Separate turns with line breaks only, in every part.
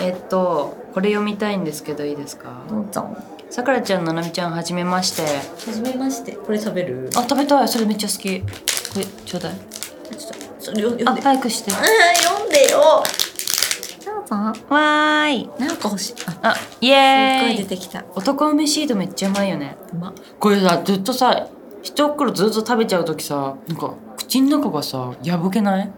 えっとこれ読みたいんですけどいいですか
どうぞ
さくらちゃんななみちゃんはじめまして
はじめましてこれ食べる
あ食べたいそれめっちゃ好きこれちょうだい
ちょっとそれよ読
あ
んで
バイクしてわ
うん読んでよどうぞ
ーい
なんか欲しいあ
あイ
すっ
エ
ごい
ー
出
イ
てきた
男梅シードめっちゃうまいよね
うま
これさずっとさ一袋ずっと食べちゃう時さなんか口の中がさ破けない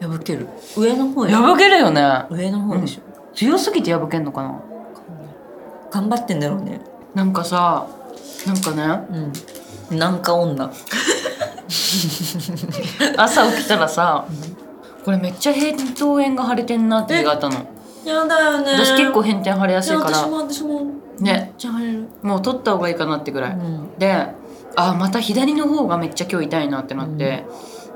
え破ける上の方よ
破けるよね
上の方でしょ、
強すぎて破けんのかな
頑張ってんだろうね
なんかさなんかね
うんなんか女
朝起きたらさこれめっちゃ扁桃炎が腫れてんなって気があったの
やだよね
私結構扁桃腫れやすいか
いや私
ら
も私も
ね
じゃあれる
もう取った方がいいかなってぐらい、
ん
であまた左の方がめっちゃ今日痛いなってなって、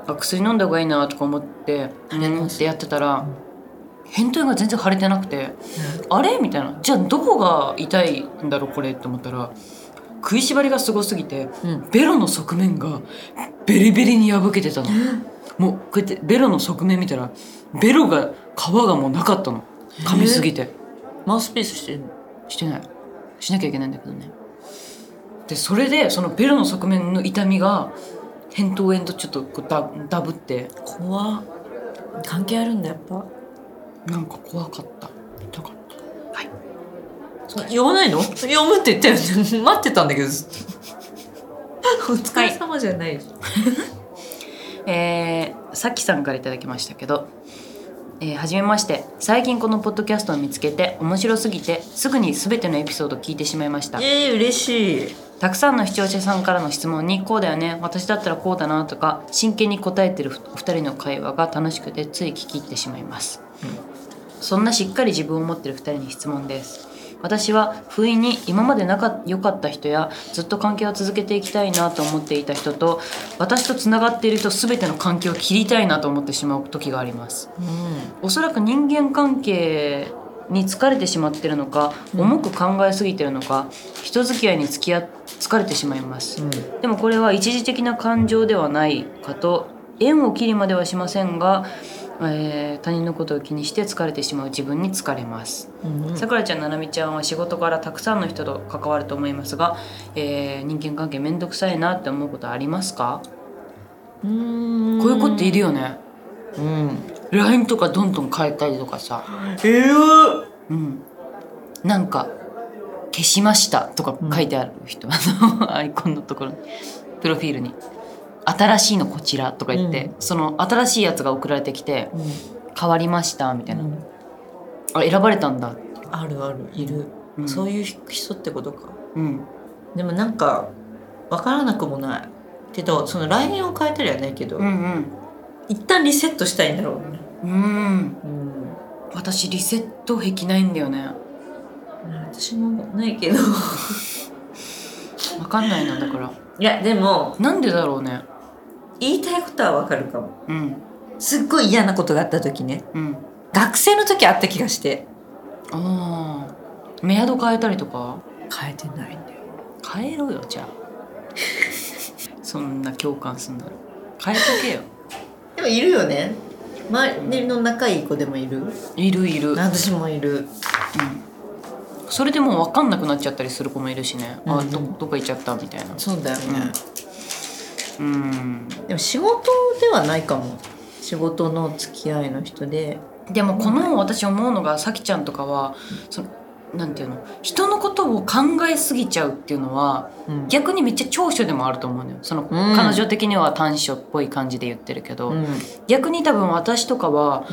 あ薬飲んだ方がいいなとか思ってうんってやってたら扁桃炎が全然腫れてなくてあれみたいなじゃあどこが痛いんだろうこれって思ったら食いしばりがすごすぎて
うん
ベロの側面がベリベリに破けてたのもうこうやってベロの側面見たらベロが皮がもうなかったの噛みすぎて。
マウスピースしてるの
してないしなきゃいけないんだけどねでそれでそのベロの側面の痛みが扁桃炎とちょっとこうダダブって
怖っ関係あるんだやっぱ
なんか怖かった痛かったはい
読まないの読むって言ったよね 待ってたんだけ どずっとお疲れ様じゃないじゃん、
えー、さっきさんからいただきましたけどえー、はじめまして最近このポッドキャストを見つけて面白すぎてすぐに全てのエピソードを聞いてしまいました
えー、嬉しい
たくさんの視聴者さんからの質問にこうだよね私だったらこうだなとか真剣に答えてるふお二人の会話が楽しくてつい聞き入ってしまいます、そんなしっかり自分を持ってる二人に質問です私は不意に今まで仲良かった人やずっと関係を続けていきたいなと思っていた人と私とつながっている人全ての関係を切りたいなと思ってしまう時があります
うん
おそらく人間関係に疲れてしまってるのか、重く考えすぎてるのか人付き合いに付き合疲れてしまいます、でもこれは一時的な感情ではないかと縁を切りまではしませんが、えー他人のことを気にして疲れてしまう自分に疲れます
うんうん
さくらちゃんななみちゃんは仕事からたくさんの人と関わると思いますが、えー人間関係めんどくさいなって思うことありますか
うん
こういう子っているよね
うん
LINE とかどんどん変えたりとかさ
ええ
うん、なんか「消しました」とか書いてある人、あ のアイコンのところにプロフィールに「新しいのこちら」とか言って、
うん
その新しいやつが送られてきて
う
「変わりました」みたいな「
ん
あ選ばれたんだ
あるあるいる、
うん
そういう人ってことか」
うん
でもなんかわからなくもないけどその来年を変えたりはないけど、
うん
一旦リセットしたいんだろうね
うんうん
うん
私リセット癖ないんだよね
私もないけど
わかんないなだから
いやでも
なんでだろうね
言いたいことはわかるかも
うん
すっごい嫌なことがあった時ね
うん
学生の時あった気がして
ああメアド変えたりとか
変えてないんだよ
変えろよじゃあそんな共感すんなら変えとけよ
でもいるよね周りの仲いい子でもいる
いるいる、うん、
私もいる
それでもう分かんなくなっちゃったりする子もいるしね、
うんう
あ
ん
どどっか行っちゃったみたいな
そうだよね、
うん
でも仕事ではないかも仕事の付き合いの人で
でもこの私思うのがさきちゃんとかはそのなんていうの人のことを考えすぎちゃうっていうのは
うん
逆にめっちゃ長所でもあると思うのよその、彼女的には短所っぽい感じで言ってるけど、
うん
逆に多分私とかは、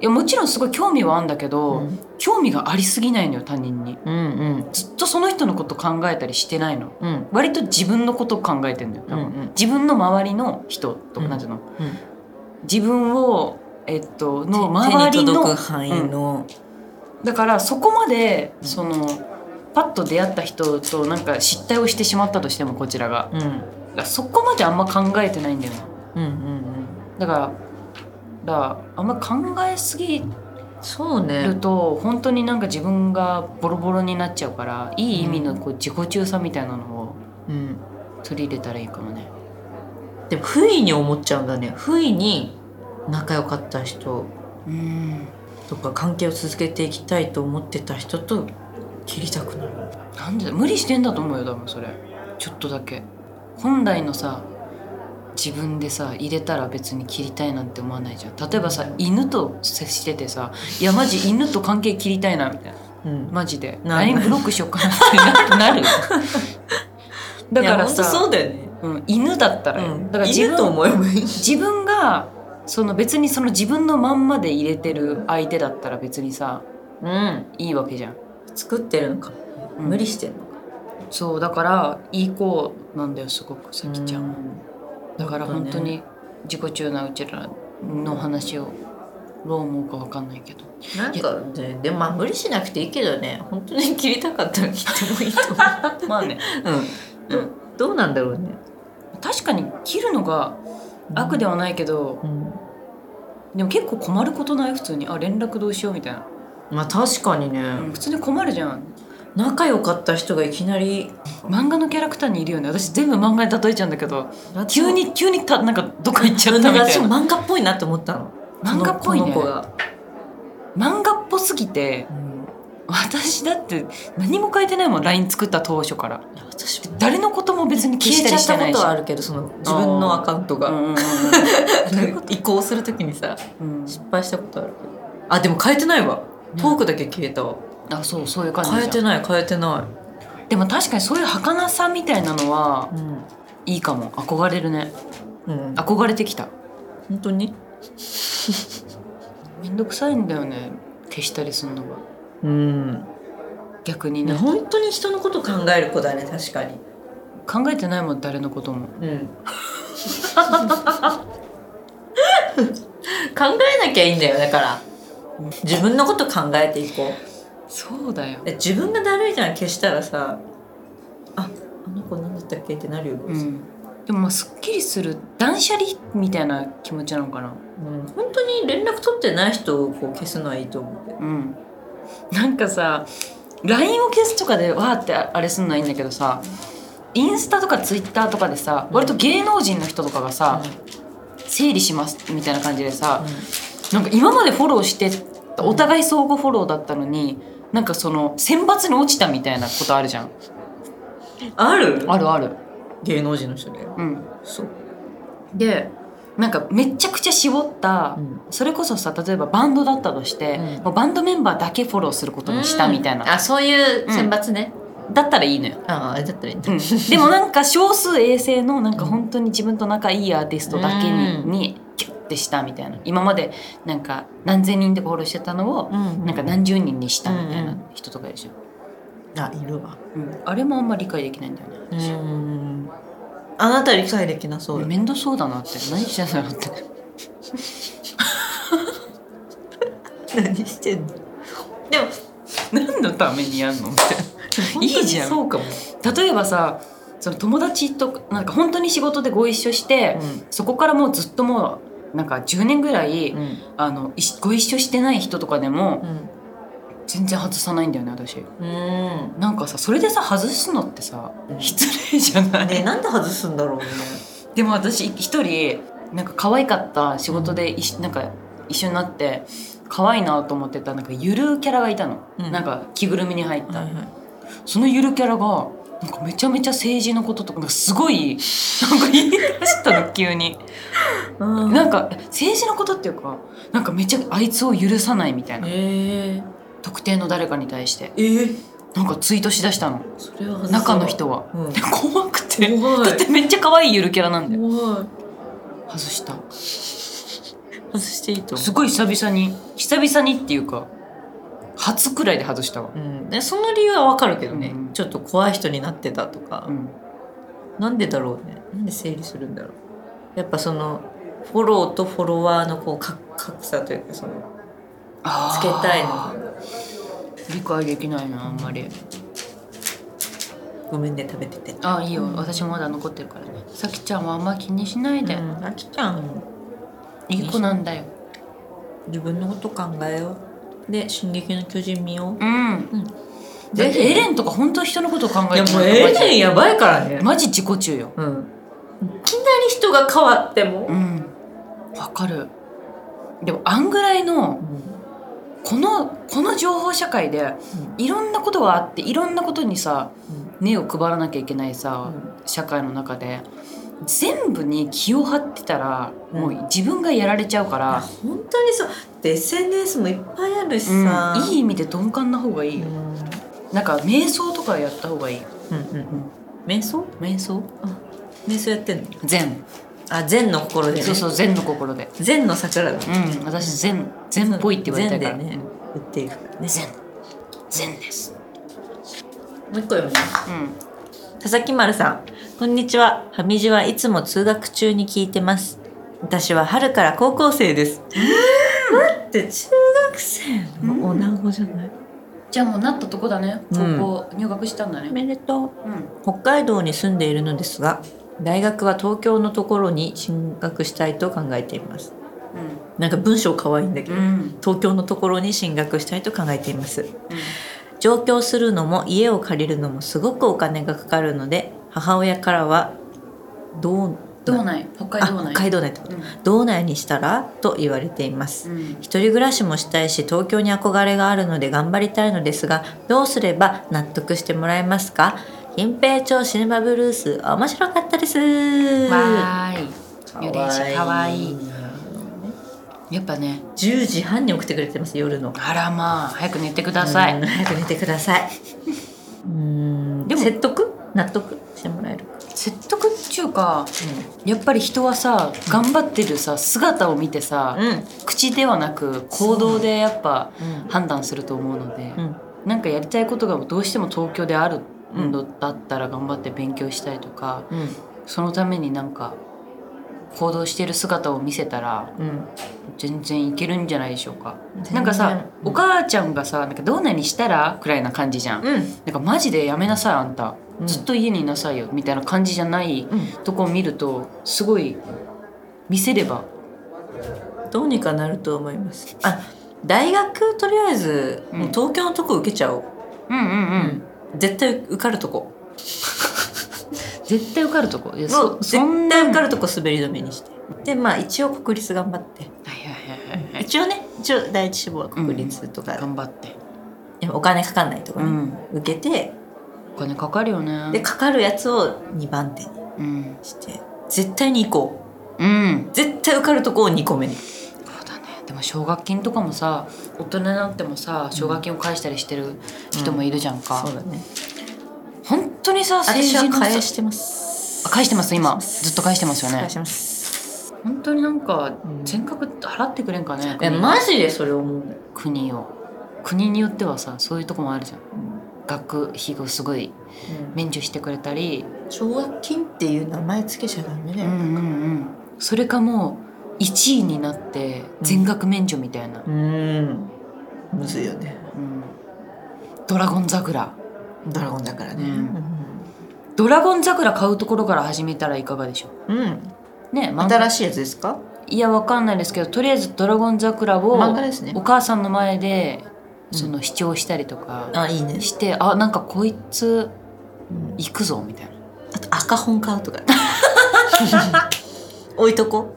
いやもちろんすごい興味はあるんだけど、
うん
興味がありすぎないのよ他人に
うんうん
ずっとその人のこと考えたりしてないの
うん
割と自分のことを考えてんだよ多分、
うんうん
自分の周りの人とか、
うん
なんていうの
うん
自分をえっとの
手
周り
に届く
の
範囲の、
だからそこまで、
うん
そのパッと出会った人となんか失態をしてしまったとしてもこちらが
うん、うん
だからそこまであんま考えてないんだよね
うんうん
だからだからあんま考えすぎ
そう
る
ね
と本当になんか自分がボロボロになっちゃうからいい意味のこう自己中さみたいなのを
うん
取り入れたらいいかもね。
でも不意に思っちゃうんだね不意に仲良かった人
うん
とか関係を続けていきたいと思ってた人と切りたくなる
なんで無理してんだと思うよ多分それちょっとだけ本来のさ自分でさ入れたら別に切りたいなんて思わないじゃん例えばさ犬と接しててさ「いやマジ犬と関係切りたいな」みたいな
うん
マジで
なる
LINE ブロックしよっかなってななる だから
いや本当そ
さ
うだよね、
う、ん、犬だったらよ、
うん、
だから自
いると
分
思えばいい
自分がその別にその自分のまんまで入れてる相手だったら別にさ
うん
いいわけじゃん
作ってるのか
うん
無理してるのか
そうだからいい子なんだよすごくさきちゃんはだから
そうだね
本当に自己中なうちらの話をどう思うかわかんないけど
なんかねでもまあ無理しなくていいけどね本当に切りたかったら切ってもいいと思
まあね
う、うんどうなんだろうね
確かに切るのが悪ではないけど、
うん
でも結構困ることない普通にあ連絡どうしようみたいな、
まあ確かにね、
普通に困るじゃん
仲良かった人がいきなり
漫画のキャラクターにいるよね私全部漫画に例えちゃうんだけど急に急にたなんかどっか行っちゃったみた
私
い
も
な
漫画っぽいなって思ったの
漫画っぽいね
この子が、
漫画っぽすぎて私だって何も書いてないもん LINE 作った当初から
いや私も
誰のことも別に消
消
し
え
たりし
ちゃってた
な
こ
いし
とはあるけどその自分のアカウント
うん
が
うんうん
移行するときにさ
うんうん
失敗したことあるけどあでも変えてないわ
ね
トークだけ消えたわ、
あそうそういう感じじゃん
変えてない変えてな
でも確かにそういう儚さみたいなのはい
うん、
いいかも憧れるね
うん、あ
憧れてきた
本当に
めんどくさいんだよね消したりするのが
うん
逆に
ね
ね
本当に人のこと考える子だね確かに
考えてないもん誰のことも
うん 考えなきゃいいんだよだから自分のこと考えていこう
そうだよ
で自分がだるいじゃん消したらさああの子何だったっけってなるよ
う
ね、
んでもまあすっきりする断捨離みたいな気持ちなのかな
うん本当に連絡取ってない人をこう消すのはいいと思う
うんなんかさ LINE を消すとかでわーってあれすんのはいいんだけどさインスタとかツイッターとかでさ割と芸能人の人とかがさ、整理しますみたいな感じでさ、なんか今までフォローしてたお互い相互フォローだったのになんかその選抜に落ちたみたいなことあるじゃん
ある
あるある
芸能人の人だよ
うん
そう、
でなんかめちゃくちゃ絞った、
うん
それこそさ例えばバンドだったとして、
うん
もうバンドメンバーだけフォローすることにしたみたいな、
あそういう選抜ね、
だったらいいのよ
ああれだったらいいんだ、
うんでもなんか少数衛星のなんか本当に自分と仲いいアーティストだけに,、
うん
にキュッてしたみたいな今までなんか何千人でフォローしてたのを
うん
なんか何十人にしたみたい
うん
な人とかいるじゃん、
あいるわ
うんあれもあんまり理解できないんだよね
う、ーんあなた理解できなそうだ、
面倒そうだなって何してんだろうって
何してんの でも
何のためにやんのみたいないいいじゃん
そうかも、
例えばさその友達となんか本当に仕事でご一緒して、そこからもうずっともうなんか10年ぐらい、
うん
あのいしご一緒してない人とかでも
うん
全然外さないんだよね私
うん
なんかさそれでさ外すのってさ失礼じゃない、
ねなんで外すんだろうね
でも私一人なんか可愛かった仕事でいしなんか一緒になって可愛いなと思ってたなんかゆるキャラがいたの、
うん
なんか着ぐるみに入った、
はいはい
そのゆるキャラがなんかめちゃめちゃ政治のこととかなんかすごいなんか言い出した の急に
うん
なんか政治のことっていうかなんかめちゃあいつを許さないみたいな
えー、
特定の誰かに対して
えー、
なんかツイートしだしたの
それは外すわ
中の人は、
うん
で怖くて
怖 い
だってめっちゃ可愛いゆるキャラなんだよ
怖い
外した
外していいと思
すごい久々に久々にっていうか初くらいで外したわ
う、うん、でその理由はわかるけどね、
うん
ちょっと怖い人になってたとか、
うん
なんでだろうねなんで整理するんだろうやっぱそのフォローとフォロワーのこうか格差というかそのつけたい
あ
の
ー理解できないなあんまり
ごめんね食べてて
あいいよ私もまだ残ってるからねさきちゃんはあんま気にしないで、
うん、あきちゃん
いい子なんだよ
自分のこと考えようで「進撃の巨人」見よう
うん
ぜ
ぜ
ひ
ひエレンとか本当人のこと考え
いや
て
もう
ない
エレンやばいからね、
マジ自己中よ
うん、いきなり人が変わっても
う、んわかるでもあんぐらいの
うん、
このこの情報社会でいろんなことがあっていろんなことにさ目を配らなきゃいけないさ、社会の中で全部に気を張ってたら、
うん
もう自分がやられちゃうから、
本当にそうで SNS もいっぱいあるし
うん
さ、
いい意味で鈍感な方がいいよ、
うん
なんか瞑想とかやった方がいい
うんうんうん瞑想
瞑想
瞑想やってんの
禅
あ禅の心で、ね、
そうそう禅の心で
禅の桜だ
うん私禅禅っぽいって言われたいから
禅でね売っていくからね
禅禅です
もう一個読むね
うん
佐々木丸さんこんにちははみじはいつも通学中に聞いてます私は春から高校生です待って中学生の女子じゃない、
じゃあもうなったとこだね高校入学したんだ
お
ね
めでとう
うん
北海道に住んでいるのですが大学は東京のところに進学したいと考えていますなんか文章可愛いんだけ
うんう
ど、
ん
東京のところに進学したいと考えています上京するのも家を借りるのもすごくお金がかかるので母親からはどう
道内北海
あ
道
北
内
海道内ってこと道内にしたらと言われています、
うんうん
一人暮らしもしたいし東京に憧れがあるので頑張りたいのですがどうすれば納得してもらえますか銀平町シネマブルース面白かったです
わーいゆでしかわいいやっぱね
10時半に送ってくれてます夜の
あらまあ早く寝てくださ
う
い
ん早く寝てくださいうん
でも
説得納得してもらえるか、
説得っていうかやっぱり人はさ頑張ってるさ姿を見てさ、
うん
口ではなく行動でやっぱ
うん
判断すると思うので、
うん
なんかやりたいことがどうしても東京であるのだったら頑張って勉強したいとか、
うん
そのためになんか行動してる姿を見せたら
うん
全然いけるんじゃないでしょうか
全然
なんかさ、
うん
お母ちゃんがさなんかどうなにしたらくらいな感じじゃん、
うん
なんかマジでやめなさいあんた、
うん
ずっと家にいなさいよみたいな感じじゃない
うん
とこを見るとすごい見せれば
どうにかなると思いますあ大学とりあえず、
うん
もう東京のとこ受けちゃおう、
うんうんうん、
絶対受かるとこ
絶対受かるとこいや
もう
そそんな
絶対受かるとこ滑り止めにしてでまあ一応国立頑張って
はいはいはいはいはい
一応ね一応第一志望は国立とか、
頑張って
でもお金かかんないとこ
う
ね、
ん
受けて
お金かかるよね
でかかるやつを2番手に
うん
して絶対に行こ
うん
う絶対受かるとこを2個目に
そうだねでも奨学金とかもさ大人になってもさ奨学金を返したりしてる人もいるじゃんか、
そうだね
本当にさ
私は
さ
返してます
あ返してます今
返し
ずっと返してますよね
返してます
本当になんか
うん
全額払ってくれんかね、
え
国
マジでそれ思うね
国を国によってはさそういうとこもあるじゃん学費をすごい
うん
免除してくれたり
奨学金っていう名前つけちゃダメ
う
だよ、
んうんうんそれかもう1位になって全額免除みたいな、
うんむずいよね
うんドラゴン桜
ドラゴンだからね
ドラゴン桜買うところから始めたらいかがでしょ
うん、
うね漫画
新しいやつですか
いやわかんないですけどとりあえず「ドラゴン桜」を
漫画ですね
お母さんの前で
うん
その視聴したりとか
あいいね、
して、あなんかこいつ
うん
行くぞみたいな
あと赤本買う とか置いとこ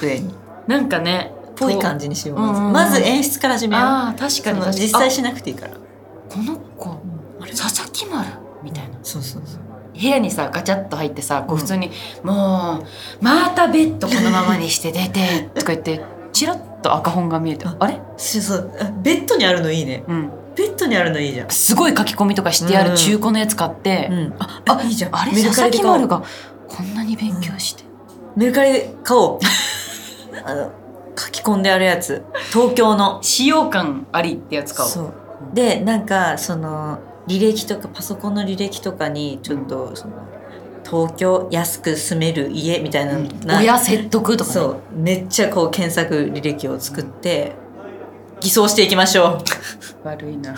机に
なんかね
ぽい
じ
感じにしよう
うんうんうん
まずまず演出から始めよう
あー確かに
その
確かに
実際しなくていいから
あこの子
あれ
佐々木丸みたいな
そうそうそう
部屋にさガチャッと入ってさこう普通に「もうまたベッドこのままにして出 て」とか言ってチラッと赤本が見えて
あ
あれ
そうそうあベッドにあるのいいね
うん
ベッドにあるのいいじゃん
すごい書き込みとかしてある中古のやつ買って、
うんあ
あ
いいじゃん
あれ
メル
佐
カ
々
リ
木
で買おう
丸がこんなに勉強して、
メルカリで買おうあの書き込んであるやつ東京の
使用感ありってやつ買おう
そうでなんかその履歴とかパソコンの履歴とかにちょっとその、東京安く住める家みたいな,、
うん
な
親説得とか、ね、
そうめっちゃこう検索履歴を作って偽装していきましょ
悪いな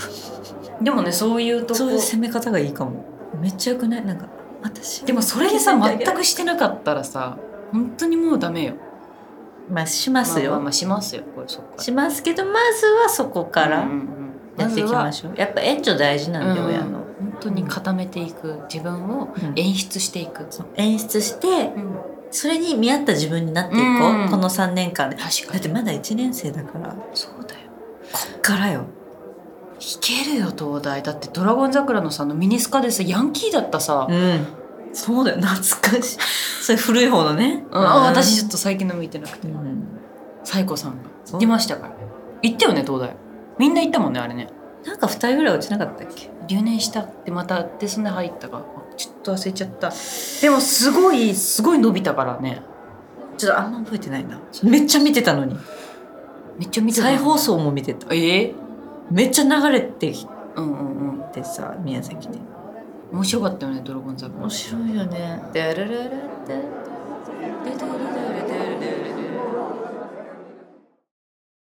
でもねそういうと
う
こ
そういう攻め方がいいかもめっちゃよくないなんか私
でもそれでさ全
く
くしてなかったらさ本当にもうダメよ
まあします
ま
よ、
あまあまあしますよこれそっから
しますけどまずはそこか
う
ら
んうんうん
やっていきましょう、やっぱ援助大事なんで、
うん
親の
本当に固めていく自分を演出していく、
演出して
うん
それに見合った自分になっていこう、
うん
この3年間で
確か
だって
に
まだ1年生だから
そうだよ
こっからよ
いけるよ東大だって「ドラゴン桜」のさあのミニスカでさヤンキーだったさ、
うんそうだよ懐かしいそれ古い方のね、
うんあ私ちょっと最近の見てなくて
うん
サイコさんが
そう
行きましたから行ったよね東大みんな行ったもんねあれね
なんか二人ぐらい落ちなかったっけ
留年したってまたでそんで入ったかあちょっと忘れちゃったでもすごいすごい伸びたからね
ちょっとあんま覚えてないなめっちゃ見てたのに
めっちゃ見てた
再放送も見てた
ええ
めっちゃ流れてき
うんうんうん
てさ宮崎で
面白かったよね「ドラゴン桜」
白いよねでるるるってでるるるるるる